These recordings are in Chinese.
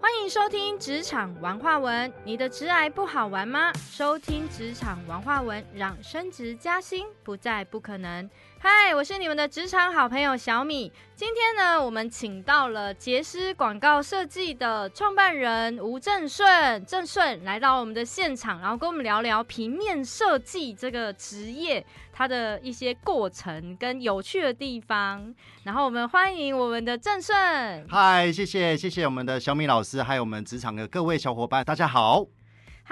欢迎收听《职场玩话文》，你的职癌不好玩吗？收听《职场玩话文》，让升职加薪不再不可能。嗨，我是你们的职场好朋友小米。今天呢，我们请到了杰斯广告设计的创办人吴正顺，正顺来到我们的现场，然后跟我们聊聊平面设计这个职业它的一些过程跟有趣的地方。然后我们欢迎我们的正顺。嗨，谢谢谢谢我们的小米老师，还有我们职场的各位小伙伴，大家好。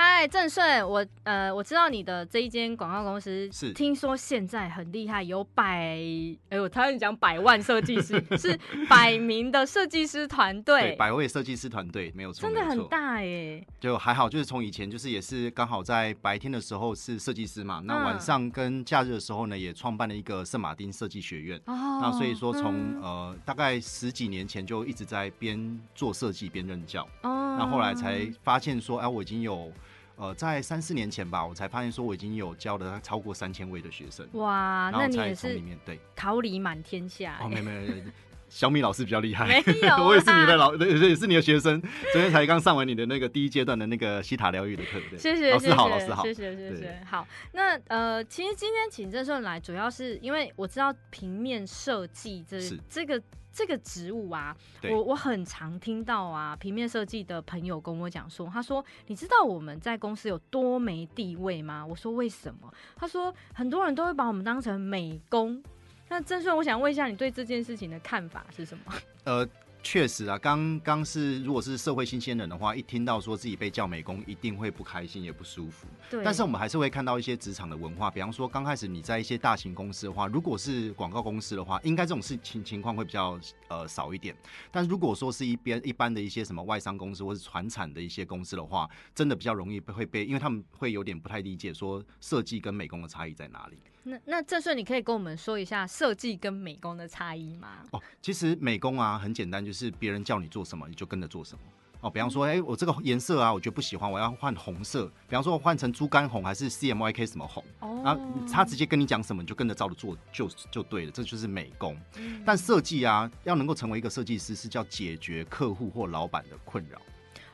嗨，郑顺，我呃，我知道你的这一间广告公司是听说现在很厉害，有百，哎，我差点讲百万设计 师，是百名的设计师团队，百位设计师团队没有错，真的没有很错，大耶。就还好，就是从以前就是也是刚好在白天的时候是设计师嘛，那嗯晚上跟假日的时候呢，也创办了一个圣马丁设计学院。哦，那所以说从，嗯呃大概十几年前就一直在边做设计边任教，哦那后来才发现说，哎、我已经有呃在三四年前吧，我才发现说我已经有教了超过三千位的学生，哇，然后那你才也从里是面对。桃李满天下哦，没耶，没没，没小米老师比较厉害。没有啊啦， 我也是你的老，也是你的学生。昨天才刚上完你的那个第一阶段的那个西塔疗愈的课，对不对？谢谢，老谢师谢，好，老师好。谢谢，谢谢对。好，那呃，其实今天请郑顺来，主要是因为我知道平面设计这是这个这个职务啊，对我我很常听到啊，平面设计的朋友跟我讲说，他说你知道我们在公司有多没地位吗？我说为什么？他说很多人都会把我们当成美工。那郑顺，我想问一下你对这件事情的看法是什么？ 呃，确实啊，刚刚是如果是社会新鲜人的话，一听到说自己被叫美工，一定会不开心，也不舒服。对，但是我们还是会看到一些职场的文化，比方说刚开始你在一些大型公司的话，如果是广告公司的话，应该这种事情情况会比较呃少一点。但如果说是一边一般的一些什么外商公司或是传产的一些公司的话，真的比较容易被会被，因为他们会有点不太理解说设计跟美工的差异在哪里。那那郑顺，你可以跟我们说一下设计跟美工的差异吗？哦，其实美工啊很简单，就是别人叫你做什么，你就跟着做什么。哦，比方说，哎、我这个颜色啊，我觉得不喜欢，我要换红色。比方说，我换成猪肝红还是 CMYK 什么红？哦啊，他直接跟你讲什么，你就跟着照着做，就就对了，这就是美工。嗯但设计啊，要能够成为一个设计师，是叫解决客户或老板的困扰。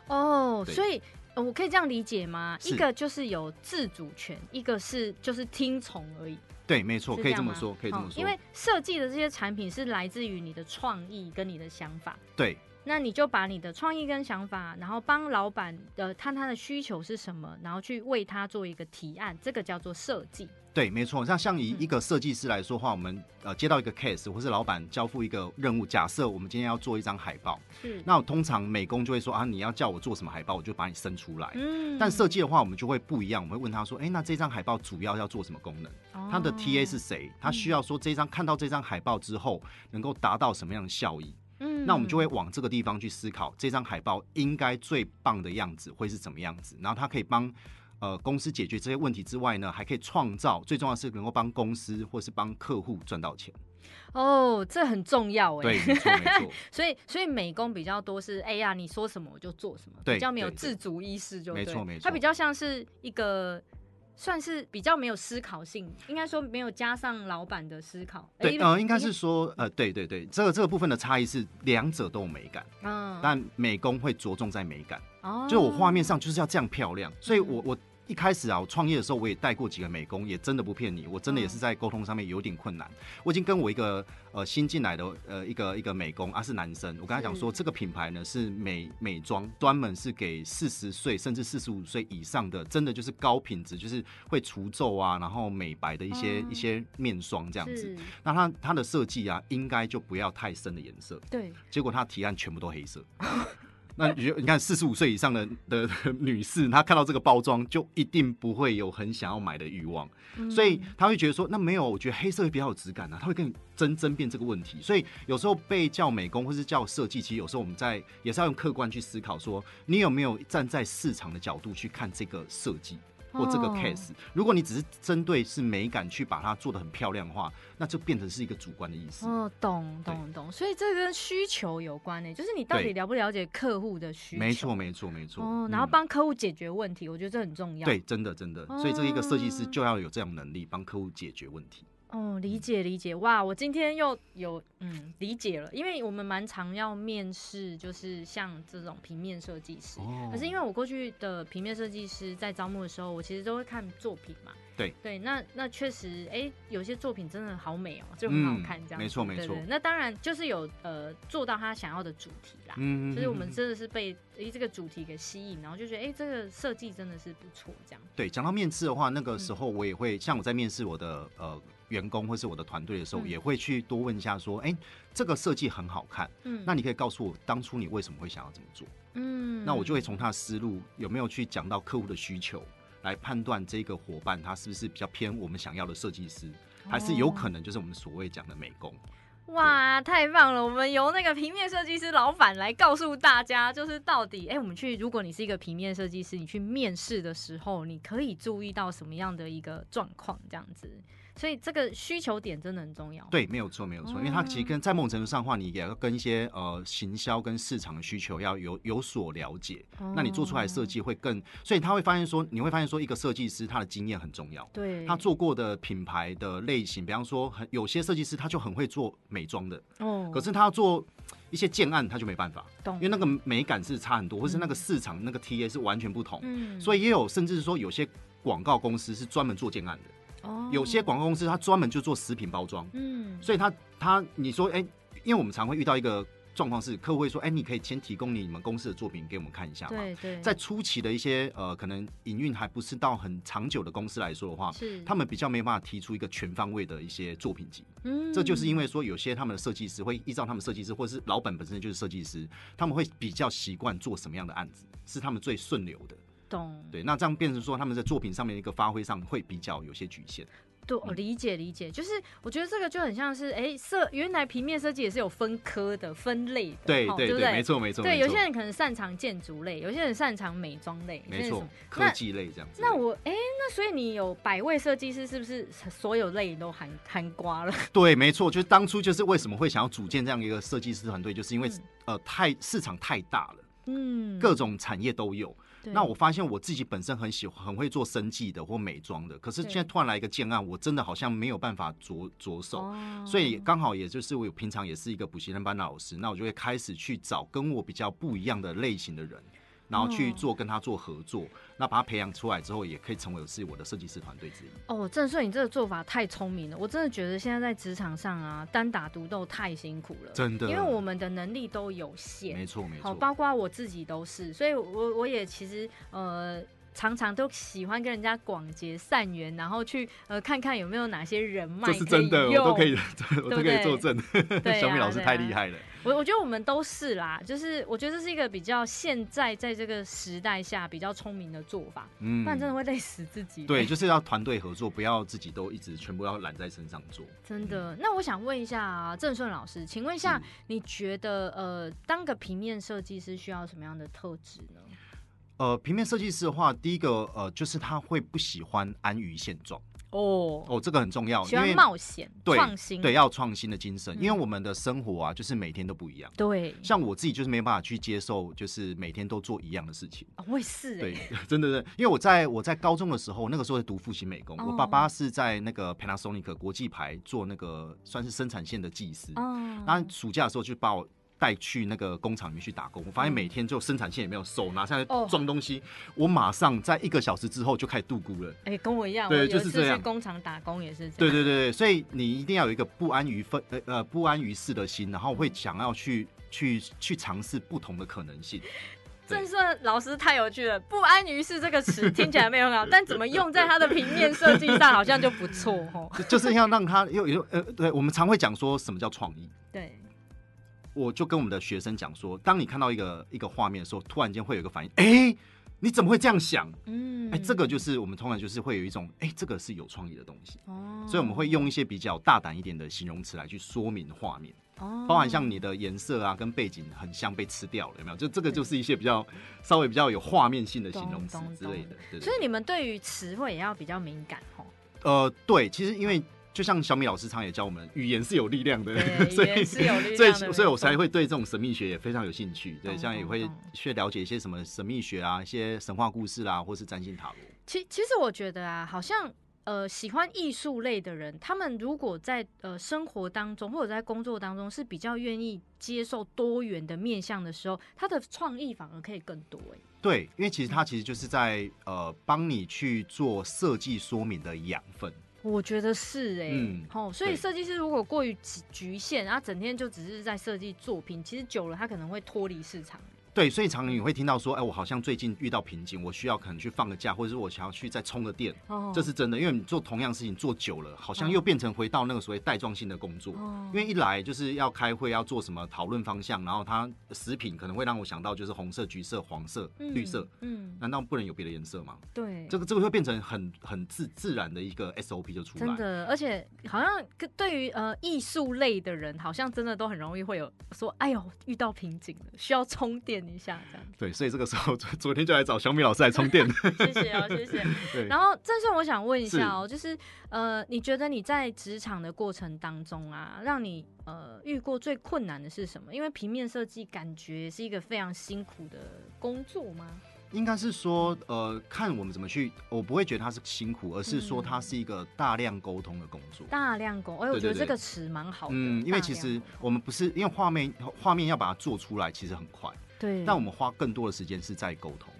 哦，对所以呃我可以这样理解吗？是一个就是有自主权，一个是就是听从而已，对，没错，是可以样这么吗说，可以这么哦说。因为设计的这些产品是来自于你的创意跟你的想法，对那你就把你的创意跟想法，然后帮老板呃看他的需求是什么，然后去为他做一个提案，这个叫做设计。对，没错。像像以嗯一个设计师来说的话，我们呃接到一个 case，或是老板交付一个任务，假设我们今天要做一张海报，是，那通常美工就会说啊，你要叫我做什么海报，我就把你生出来。嗯但设计的话，我们就会不一样，我们会问他说，哎、那这张海报主要要做什么功能？他的 TA 是，哦谁？他需要说这张看到这张海报之后能够达到什么样的效益？嗯那我们就会往这个地方去思考，这张海报应该最棒的样子会是怎么样子？然后它可以帮呃公司解决这些问题之外呢，还可以创造，最重要的是能够帮公司或是帮客户赚到钱。哦，这很重要哎。对，没错没 错。所以，所以美工比较多是，哎呀，你说什么我就做什么，对比较没有对对自主意识就对，没错没错它比较像是一个，算是比较没有思考性，应该说没有加上老板的思考。哎对，呃，应该是，说，呃，对对对，这个这个部分的差异是两者都有美感，嗯，但美工会着重在美感。哦就我画面上就是要这样漂亮，所以我我一开始啊，我创业的时候我也带过几个美工，也真的不骗你，我真的嗯也是在沟通上面有点困难。我已经跟我一个呃新进来的呃一个一个美工啊是男生，我跟他讲说是这个品牌呢是美美妆，专门是给四十岁甚至四十五岁以上的，真的就是高品质，就是会除皱啊，然后美白的一些、哦一些面霜这样子是。，那它它的设计啊，应该就不要太深的颜色。对，结果他提案全部都黑色。 那你就你看，四十五岁以上的的 的女士，她看到这个包装，就一定不会有很想要买的欲望，嗯所以她会觉得说，那没有，我觉得黑色会比较有质感啊，她会跟你争争辩这个问题。所以有时候被叫美工或是叫设计，其实有时候我们在也是要用客观去思考说你有没有站在市场的角度去看这个设计或这个哦 case。如果你只是针对是美感去把它做的很漂亮的话，那就变成是一个主观的意思。哦，懂对懂懂，所以这跟需求有关呢、就是你到底对了不了解客户的需求，没错，没错，没错。哦，然后嗯帮客户解决问题，我觉得这很重要。对，真的真的，所以这一个设计师哦就要有这样能力，帮客户解决问题。哦，理解理解，哇，我今天又有嗯理解了，因为我们蛮常要面试，就是像这种平面设计师。哦可是因为我过去的平面设计师在招募的时候，我其实都会看作品嘛。对对，那那确实，哎、有些作品真的好美哦、就很好看这样子、嗯没错没对错对那当然就是有呃做到他想要的主题啦。嗯就是我们真的是被诶这个主题给吸引，然后就觉得哎、这个设计真的是不错，这样。对，讲到面试的话，那个时嗯候我也会，像我在面试我的呃员工或是我的团队的时候，嗯也会去多问一下说，哎、这个设计很好看，嗯，那你可以告诉我当初你为什么会想要这么做？嗯，那我就会从他的思路有没有去讲到客户的需求，来判断这个伙伴他是不是比较偏我们想要的设计师，还是哦有可能就是我们所谓讲的美工。哇，太棒了！我们由那个平面设计师老板来告诉大家，就是到底，哎、我们去，如果你是一个平面设计师，你去面试的时候，你可以注意到什么样的一个状况，这样子。所以这个需求点真的很重要。，对，没有错，没有错，因为它嗯其实跟在某种程度上的话，你也要跟一些呃行销跟市场的需求要有有所了解，那你做出来哦的设，计会更，所以他会发现说，你会发现说，一个设计师他的经验很重要。对，他做过的品牌的类型，比方说很有些设计师他就很会做美妆的，哦，可是他要做一些建案他就没办法，懂因为那个美感是差很多，或是那个市场那个 TA 是完全不同，嗯所以、以也有甚至是说有些广告公司是专门做建案的，哦有些，广告公司它专门就做食品包装，嗯，所以他他你说哎、因为我们常会遇到一个状况是客户会说哎、你可以先提供你们公司的作品给我们看一下嘛，对对，啊在初期的一些呃可能营运还不是到很长久的公司来说的话。是他们比较没办法提出一个全方位的一些作品集，嗯这就是因为说有些他们的设计师会依照他们设计师，或是老板本身就是设计师，他们会比较习惯做什么样的案子是他们最顺流的。懂对，那这样变成说他们在作品上面的一个发挥上会比较有些局限。对，我嗯理解理解，就是我觉得这个就很像是，哎，设原来平面设计也是有分科的、分类的，对哦对不对，没错没错。对，没有错些人可能擅长建筑类，有些人擅长美妆类，有些没人什错么，科技类这样子。那我哎、那所以你有百位设计师，是不是所有类都含含瓜了？ 对，没错，就是当初就是为什么会想要组建这样一个设计师团队，就是因为、嗯呃太市场太大了，嗯，各种产业都有。对那我发现我自己本身很喜欢很会做生计的或美妆的，可是对现在突然来一个建案，我真的好像没有办法着着手。哦所以刚好也就是我平常也是一个补习班的老师，那我就会开始去找跟我比较不一样的类型的人，然后去哦做跟他做合作，那把他培养出来之后，也可以成为是我的设计师团队之一。哦，郑顺，你这个做法太聪明了，我真的觉得现在在职场上啊，单打独斗太辛苦了，真的因为我们的能力都有限，没错没好，错，包括我自己都是，所以我我也其实呃。常常都喜欢跟人家广结善缘，然后去呃看看有没有哪些人脉这是真的，我都可以， 对我不都可以对作证。对 小米啊老师对啊太厉害了，我我觉得我们都是啦，就是我觉得这是一个比较现在在这个时代下比较聪明的做法，嗯不然真的会哎累死自己。对，，就是要团队合作，不要自己都一直全部要揽在身上做。真的。那我想问一下、啊、郑顺老师，请问一下嗯，你觉得呃，当个平面设计师需要什么样的特质呢？呃，平面设计师的话，第一个呃，就是他会不喜欢安于现状哦，哦，这个很重要，喜因欢为冒险、对创新，对要有创新的精神，嗯因为我们的生活啊，就是每天都不一样。对，像我自己就是没办法去接受，就是每天都做一样的事情。啊我也是、欸，对， 真的是，因为我在我在高中的时候，那个时候在读复兴美工，哦我爸爸是在那个 Panasonic 国际牌做那个算是生产线的技师，哦，那暑假的时候就把我带去那个工厂里面去打工，我发现每天就生产线也没有手拿下来嗯哦装东西，我马上在一个小时之后就开始度孤了。哎、跟我一样，对我有一就是次这样去工厂打工也是这对样，对对对，所以你一定要有一个不安于分呃呃不安于世的心，然后会想要去去去尝试不同的可能性。对郑顺老师太有趣了，“不安于世”这个词听起来没有 很好，但怎么用在他的平面设计上好像就不错 哦。就就是要让他又又呃，对我们常会讲说什么叫创意。对，我就跟我们的学生讲说，当你看到一个一个画面的时候，突然间会有一个反应，哎、你怎么会这样想？嗯哎、这个就是我们通常就是会有一种，哎、这个是有创意的东西，哦所以我们会用一些比较大胆一点的形容词来去说明画面，哦包含像你的颜色啊，跟背景很像被吃掉了，有没有？就这个就是一些比较稍微比较有画面性的形容词懂懂之类的。对对所以对你们对于词汇也要比较敏感哦。呃，对，其实因为就像小米老师常也教我们，语言是有力量的，对， 所也以是有力所以，量的嗯所以我没错才会对这种神秘学也非常有兴趣。对，懂像也懂会懂去了解一些什啊么神秘学啊，一些神话故事啦、或是占星塔罗。其其实我觉得啊，好像呃喜欢艺术类的人，他们如果在呃生活当中或者在工作当中是比较愿意接受多元的面向的时候，他的创意反而可以更多、欸。对，因为其实它其实就是在呃帮你去做设计说明的养分。我觉得是哎、嗯好、所以对设计师如果过于局局限，然后整天就只是在设计作品，其实久了他可能会脱离市场。对，所以常常你会听到说，哎，我好像最近遇到瓶颈，我需要可能去放个假，或者是我想要去再充个电，哦嗯这是真的。因为你做同样事情做久了，好像又变成回到那个所谓带状性的工作。哦因为一来就是要开会，要做什么讨论方向，然后它食品可能会让我想到就是红色、橘色、黄色、绿色，，嗯，嗯难道不能有别的颜色吗？对，这个这个会变成很很自自然的一个 SOP 就出来。真的，而且好像跟对于呃艺术类的人，好像真的都很容易会有说，哎呦，遇到瓶颈了，需要充电一下这样。对，所以这个时候昨昨天就来找小米老师来充电。谢谢哦，谢谢。对，然后，郑顺，我想问一下哦，就是呃，你觉得你在职场的过程当中啊，让你呃遇过最困难的是什么？因为平面设计感觉是一个非常辛苦的工作吗？应该是说，呃，看我们怎么去，我不会觉得它是辛苦，而是说它是一个大量沟通的工作。嗯大量工，哎，我对觉得对这个词蛮好的。嗯，因为大其量实沟通我们不是因为画面，画面要把它做出来其实很快，对，但我们花更多的时间是在沟通。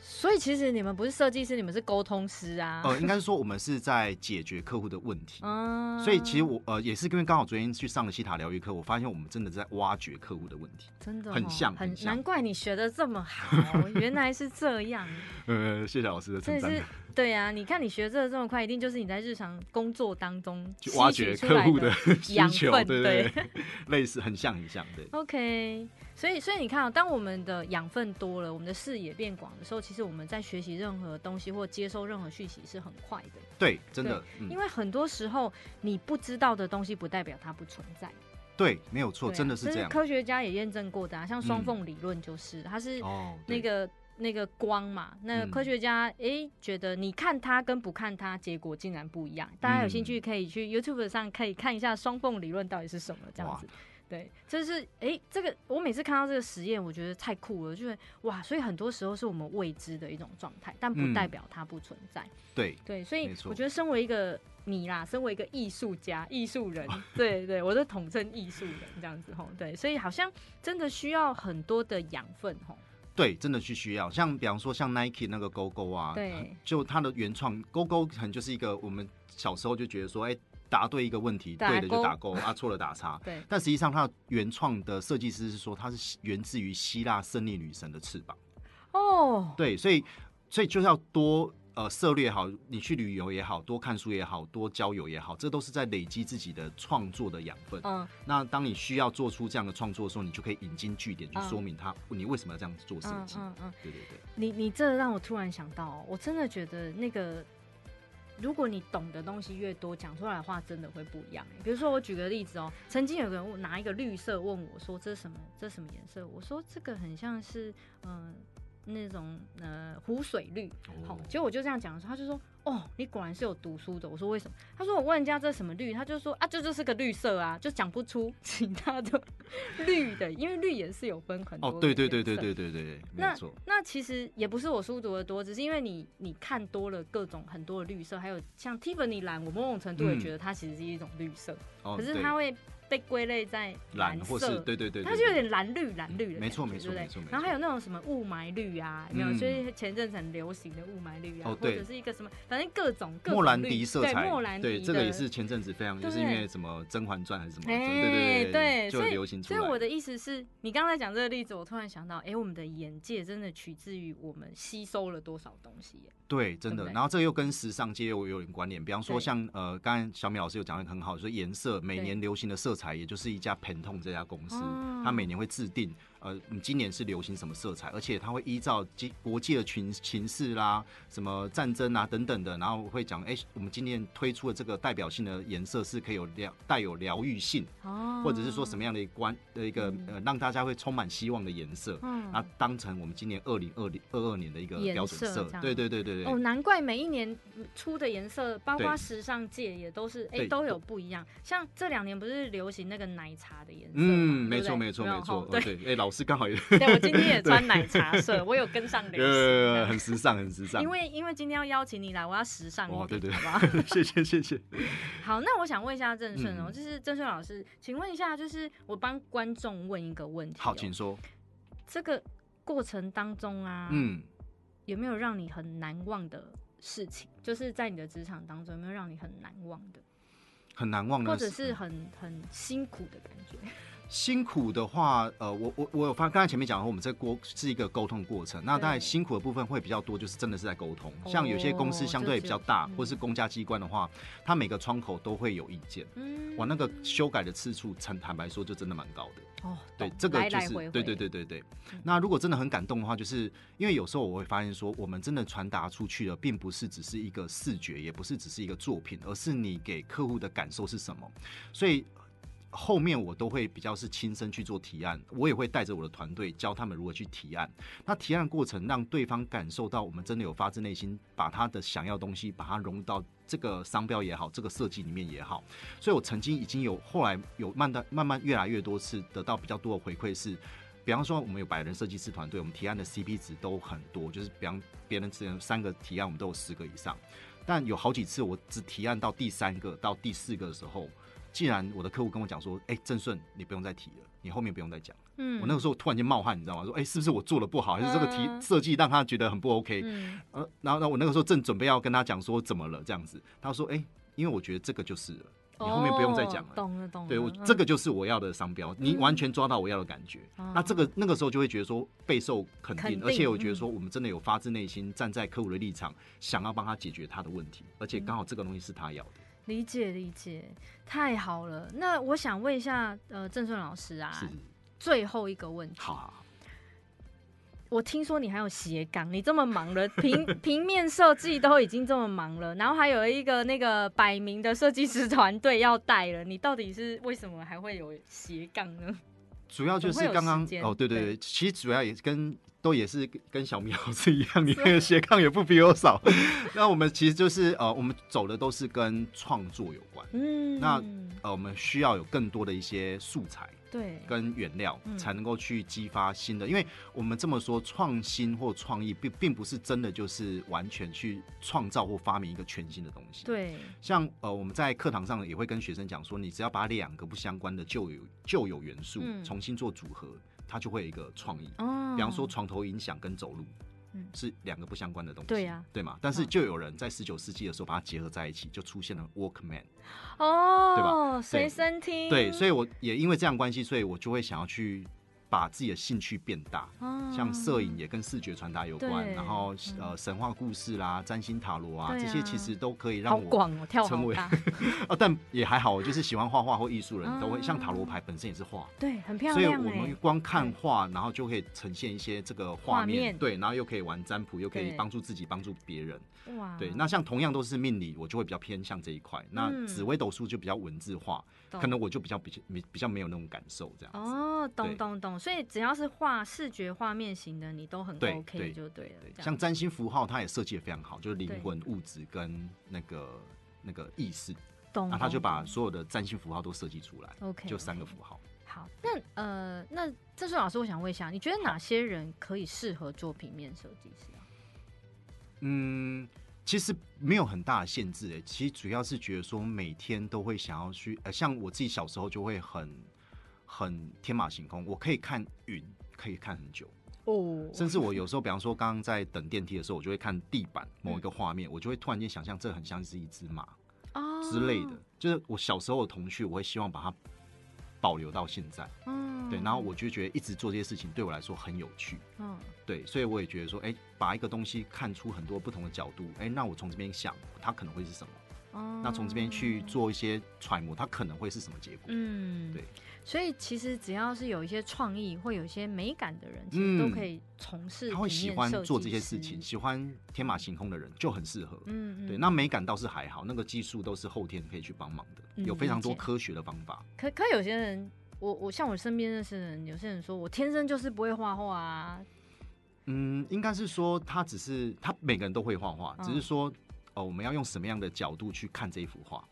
所以其实你们不是设计师，你们是沟通师啊。呃，应该是说我们是在解决客户的问题。嗯所以其实我呃也是因为刚好昨天去上了西塔疗愈课，我发现我们真的在挖掘客户的问题。真的很哦像很很像难怪你学的这么好，哦原来是这样，呃，谢谢老师的真称的赞是。对啊！你看你学这这么快，一定就是你在日常工作当中去吸挖取掘出客来户的 需养求，分对对对对， 类似很像很像，对 OK，所以所以你看、哦，当我们的养分多了，我们的视野变广的时候，其实我们在学习任何东西或接收任何讯息是很快的，对，真的，嗯因，为很多时候你不知道的东西，不代表它不存在。对，没有对错，啊、真的是这样。科学家也验证过的啊，像双嗯缝理论就是，它是哦，那对个那个光嘛，那嗯科学家诶觉得你看它跟不看它，结果竟然不一样。大家有兴嗯趣可以去 YouTube 上可以看一下双缝理论到底是什么这样哇子。对，就是诶，这个我每次看到这个实验，我觉得太酷了，就是哇，所以很多时候是我们未知的一种状态，但不嗯代表它不存在。对，对，所以没错我觉得身为一个你啦，身为一个艺术家、艺术 人，对对，我都统称艺术人这样子吼。对，所以好像真的需要很多的养分吼。对，真的是需要。像比方说像 Nike 那个勾勾啊，对，就它的原创勾勾，可能就是一个我们小时候就觉得说，哎、答对一个问题，打对的就打勾勾，啊，错了打叉。对，但实际上，它的原创的设计师是说，它是源自于希腊胜利女神的翅膀。哦，对，所以所以就是要多呃涉猎好，你去旅游也好多看书也好多交友也好，这都是在累积自己的创作的养分。嗯，那当你需要做出这样的创作的时候，你就可以引经据典去嗯说明它，你为什么要这样子做设嗯计。嗯嗯，对对对。你你这让我突然想到哦、我真的觉得那个，如果你懂的东西越多，讲出来的话真的会不一样、欸。比如说我举个例子哦，曾经有个人拿一个绿色问我说：“这是什么？这是什么颜色？”我说：“这个很像是嗯、那种呃湖水绿。”嗯好，哦结果我就这样讲的时候，他就说：“哦，你果然是有读书的。”我说：“为什么？”他说：“我问人家这什么绿，他就说啊，这就是个绿色啊，就讲不出 其他的绿的，因为绿也是有分很多哦，对对的对颜对色对对对，没那有错，那其实也不是我书读的多，只是因为你你看多了各种很多的绿色，还有像 Tiffany 蓝，我某种程度也嗯觉得它其实是一种绿色，哦，可是对它会被归类在蓝或色是。对对对，它对就有对嗯点蓝绿蓝绿的感觉，没错没对错不对没错没错然后还有那种什么雾霾绿啊，有没有？嗯就是前阵子很流行的雾霾绿啊，哦或对者是一个什么，反正各种各种莫兰绿迪色对彩莫兰，迪对这个也的是前阵子非常，就是对因为什么《甄嬛传》还是什么，哎对对对就所以流行出所来。以我的意思是，你刚才讲这个例子，我突然想到，哎、我们的眼界真的取自于我们吸收了多少东西耶。对，真对不的。对然后这个又跟时尚界又有点关联，比方说对像呃，刚才小米老师有讲的很好，说颜色每对年流行的色彩，也就是一家 Pantone 这家公司哦，它每年会制定呃，你今年是流行什么色彩，而且它会依照基国际的群情势啦、什么战争啊等等的，然后会讲，哎，我们今年推出的这个代表性的颜色是可以有疗带有疗愈性，哦或者是说什么样的一个观的一个嗯呃，让大家会充满希望的颜色。嗯那当成我们今年二零二零二二年的一个颜标准色色这，样对对对对对。哦，难怪每一年出的颜色，包括对时尚界也都是，哎、对都有不一样。像这两年不是流行那个奶茶的颜色嘛，对嗯，没不错，对没错，有没错吼，哦对，对，哎，老老 师刚好也对我今天也穿奶茶色，我有跟上流 呃行。很时尚，很时尚。因为因为今天要邀请你来，我要时尚一点，哇，对对好不好？ 对， 谢谢谢谢。好，那我想问一下郑顺哦，嗯就是郑顺老师，请问一下，就是我帮观众问一个问题、哦，好，请说。这个过程当中啊，嗯，有没有让你很难忘的事情？就是在你的职场当中，有没有让你很难忘的，很难忘的，或者是很很辛苦的感 觉？辛苦的话，呃，我我我有发，刚才前面讲，我们这过是一个沟通过程。那对当然辛苦的部分会比较多，就是真的是在沟通。哦像有些公司相对比较大，就是嗯或是公家机关的话，它每个窗口都会有意见。嗯哇，那个修改的次数，坦坦白说，就真的蛮高的。哦，对，懂这个来就来是回回对对对对对嗯。那如果真的很感动的话，就是因为有时候我会发现说，我们真的传达出去的，并不是只是一个视觉，也不是只是一个作品，而是你给客户的感受是什么。所以后面我都会比较是亲身去做提案，我也会带着我的团队教他们如何去提案。那提案的过程让对方感受到我们真的有发自内心把他的想要的东西，把它融入到这个商标也好，这个设计里面也好。所以我曾经已经有后来有慢的慢慢越来越多次得到比较多的回馈是。比方说，我们有百人设计师团队，我们提案的 CP 值都很多，就是比方别人只能三个提案，我们都有十个以上。但有好几次，我只提案到第三个、到第四个的时候，既然我的客户跟我讲说：“哎、郑顺，你不用再提了，你后面不用再讲。嗯我那个时候突然间冒汗，你知道吗？说：“哎、是不是我做的不好，还是这个题嗯设计让他觉得很不 OK？” 嗯呃，然后，然后我那个时候正准备要跟他讲说怎么了这样子，他说：“哎、因为我觉得这个就是了，你后面不用再讲了。哦懂了懂了。对我嗯这个就是我要的商标，你完全抓到我要的感觉。嗯那这个那个时候就会觉得说备受肯定，肯定嗯而且我觉得说我们真的有发自内心站在客户的立场，想要帮他解决他的问题，而嗯且刚好这个东西是他要的。理解理解，太好了。那我想问一下，呃，郑顺老师啊，是，最后一个问题，好好好，我听说你还有斜杠，你这么忙了，平 平面设计都已经这么忙了，然后还有一个那个百名的设计师团队要带了，你到底是为什么还会有斜杠呢？主要就总会是有刚刚时间哦，对对对对，其实主要也是跟都也是跟小米老师一 样，你那个斜杠也不比我少。 那我们其实就是呃，我们走的都是跟创作有关， 嗯，那呃，我们需要有更多的一些素材。对，跟原料嗯才能够去激发新的，因为我们这么说，创新或创意并并不是真的就是完全去创造或发明一个全新的东西。，对，像呃我们在课堂上也会跟学生讲说，你只要把两个不相关的旧有旧有元素嗯重新做组合，它就会有一个创意。哦，比方说，床头音响跟走路，嗯是两个不相关的东西，对呀对嘛？但是嗯就有人在十九世纪的时候把它结合在一起，就出现了 Walkman。对哦，吧随身听，对，所以以我也因为这样关系，所以我就会想要去把自己的兴趣变大，哦像摄影也跟视觉传达有关对，然后嗯呃神话故事啦、占星塔罗啊对啊这些其实都可以让好我广哦，跳成好为 大，啊，但也还好，就是喜欢画画或艺术人都嗯会，像塔罗牌本身也是画。对，很漂所以亮我们哎，光看画，然后就可以呈现一些这个画画面，面对，然后又可以玩占卜，又可以对哦帮助自己，帮助别人，哇，对。那像同样都是命理，我就会比较偏向这一块。那嗯紫微斗数就比较文字化，懂可能我就比较比较比比较没有那种感受这样子。哦，懂对懂懂，所以只要是画视觉画面型的，你都很对 OK 对就对了，对，这样像占星符号，它也设计的非常好，就是对灵魂、物质跟那个那个意识，懂，那他就懂把懂所有的占星符号都设计出来，嗯 OK 就三个符号。好，那呃，那郑顺老师，我想问一下，你觉得哪些人可以适合做平面设计师啊？嗯，其实没有很大的限制诶、欸其实主要是觉得说每天都会想要去，呃，像我自己小时候就会很很天马行空，我可以看云，可以看很久。哦甚至我有时候，比方说刚刚在等电梯的时候，我就会看地板某嗯一个画面，我就会突然间想象这很像是一只马哦之类的。，就是我小时候的童趣，我会希望把它保留到现在。嗯对，然后我就觉得一直做这些事情对我来说很有趣。嗯对，所以我也觉得说，哎，把一个东西看出很多不同的角度，哎，那我从这边想，它可能会是什么？哦那从这边去，做一些揣摩，它可能会是什么结果？嗯，对，所以其实只要是有一些创意或有一些美感的人，其实都嗯可以从事他会平喜面欢设做计这些事师情，，喜欢天马行空的人就很适合。嗯嗯，对，那美感倒是还好，那个技术都是后天可以去帮忙的，嗯有非常多理解科学的方法。可可有些人，我我像我身边认识的人，有些人说我天生就是不会画画啊，嗯，应该是说他只是他每个人都会画画，嗯只是说哦，我们要用什么样的角度去看这一幅画？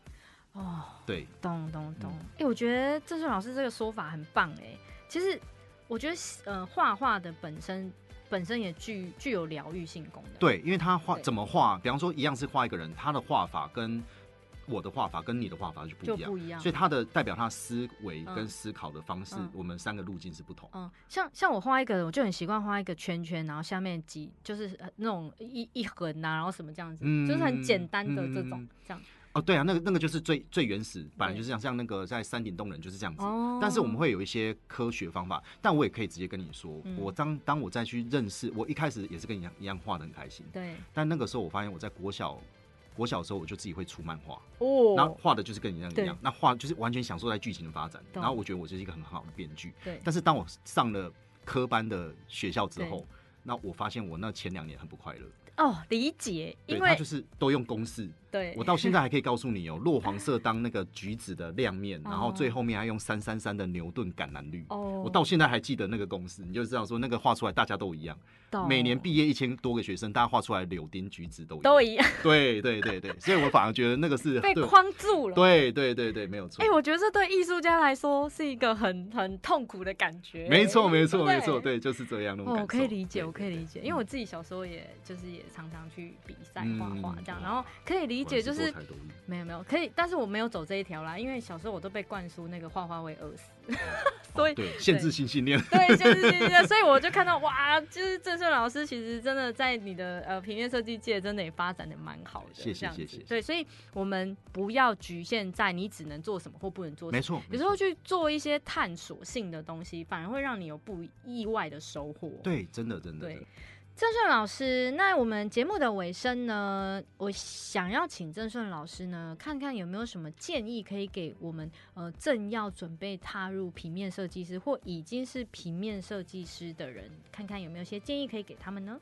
哦，对，嗯懂懂懂。哎、我觉得郑顺老师这个说法很棒哎、其实我觉得呃，画画的本身本身也具具有疗愈性功能。对，因为他画对怎么画，比方说一样是画一个人，他的画法跟我的画法跟你的画法就不就一样，不一样所。以他的代表他的思维跟嗯思考的方式，嗯我们三个路径是不同。嗯，像像我画一个，我就很习惯画一个圈圈，然后下面几就是呃那种一一横啊，然后什么这样子，就是很简单的这种、嗯这样。哦，对啊，那个那个就是最最原始，本来对就是这样，像那个在山顶洞人就是这样子。哦，但是我们会有一些科学方法，但我也可以直接跟你说，嗯我当当我再去认识，我一开始也是跟你一样一样画的很开心，对但那个时候我发现我在国小国小的时候我就自己会出漫画，然后哦，画的就是跟你一样一样对，那画就是完全享受在剧情的发展，懂然后我觉得我就是一个很好的编剧，对但是当我上了科班的学校之对后，那我发现我那前两年很不快乐，哦，理解，对，因他为就是都用公式，对我到现在还可以告诉你哦， 落黄色当那个橘子的 亮面，然后最后面还用三三三的牛顿橄榄率。哦，我到现在还记得那个公式，你就知道说那个画出来大家都一样，懂每年毕业一千多个学生，大家画出来柳丁橘子都一都样。一样对对对对，所以我反而觉得那个是 被 对我框住了。对对对对，没有错哎、。我觉得这对艺术家来说是一个很很痛苦的感觉。没错，没对错，不对没错，。对，就是这样那种哦，感我受。可以理解，对我可以理解，因为我自己小时候也就是也常常去比赛画画嗯这样，然后可以理解，就是没有没有可以，但是我没有走这一条啦，因为小时候我都被灌输那个画画会饿死，哦所以对限制性信念， 对，就是就是就是，所以我就看到哇，就是郑顺老师其实真的在你的呃平面设计界真的也发展的蛮好的，谢谢这样子谢谢对，所以我们不要局限在你只能做什么或不能做什没么，错。有时候去做一些探索性的东西，反而会让你有不意外的收获。对，真的真的，对真的，郑顺老师，那我们节目的尾声呢，我想要请郑顺老师呢，看看有没有什么建议可以给我们呃正要准备踏入平面设计师或已经是平面设计师的人，看看有没有些建议可以给他们呢？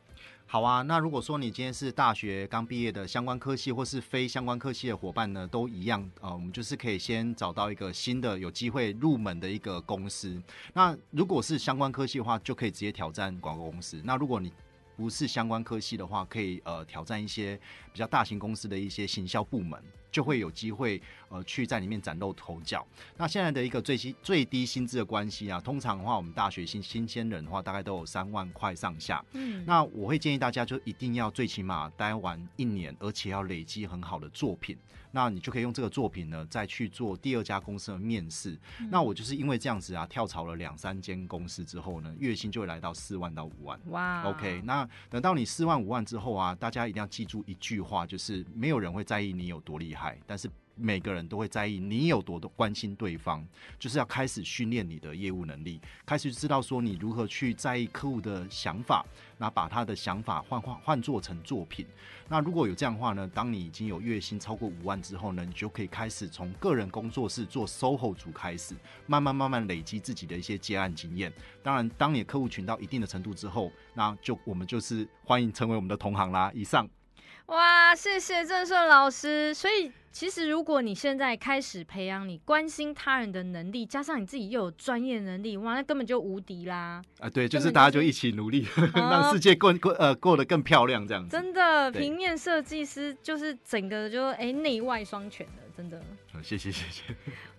好啊，那如果说你今天是大学刚毕业的相关科系或是非相关科系的伙伴呢，都一样，呃，我们就是可以先找到一个新的有机会入门的一个公司。那如果是相关科系的话，就可以直接挑战广告公司。那如果你不是相关科系的话，可以呃挑战一些比较大型公司的一些行销部门，就会有机会呃去在里面崭露头角。那现在的一个最新最低薪资的关系啊，通常的话，我们大学新新鲜人的话，大概都有三万块上下。嗯，那我会建议大家，就一定要最起码待完一年，而且要累积很好的作品。那你就可以用这个作品呢，再去做第二家公司的面试。那我就是因为这样子啊，跳槽了两三间公司之后呢，月薪就会来到四万到五万。嗯哇 OK，那等到你四万五万之后啊，大家一定要记住一句话，就是没有人会在意你有多厉害，但是每个人都会在意你有多关心对方，就是要开始训练你的业务能力，开始知道说你如何去在意客户的想法，那把他的想法换换换做成作品。那如果有这样的话呢，当你已经有月薪超过五万之后呢，你就可以开始从个人工作室做 SOHO 组开始，慢慢慢慢累积自己的一些接案经验。当然，当你的客户群到一定的程度之后，那就我们就是欢迎成为我们的同行啦。以上，哇，谢谢郑顺老师。所以，其实如果你现在开始培养你关心他人的能力，加上你自己又有专业能力，哇，那根本就无敌啦！啊，对，根本就就是是大家就一起努力，让世界更过呃过得更漂亮这样子。真的，对平面设计师就是整个就哎内、外双全的，真的嗯谢谢谢谢，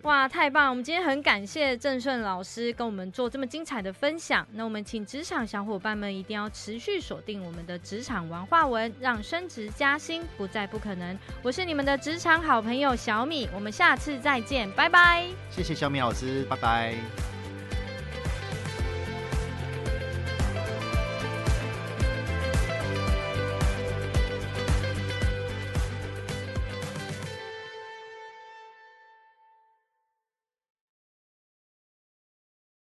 哇，太棒！我们今天很感谢郑顺老师跟我们做这么精彩的分享。那我们请职场小伙伴们一定要持续锁定我们的职场文化文，让升职加薪不再不可能。我是你们的职场好朋友小米，我们下次再见，拜拜。谢谢小米老师，拜拜。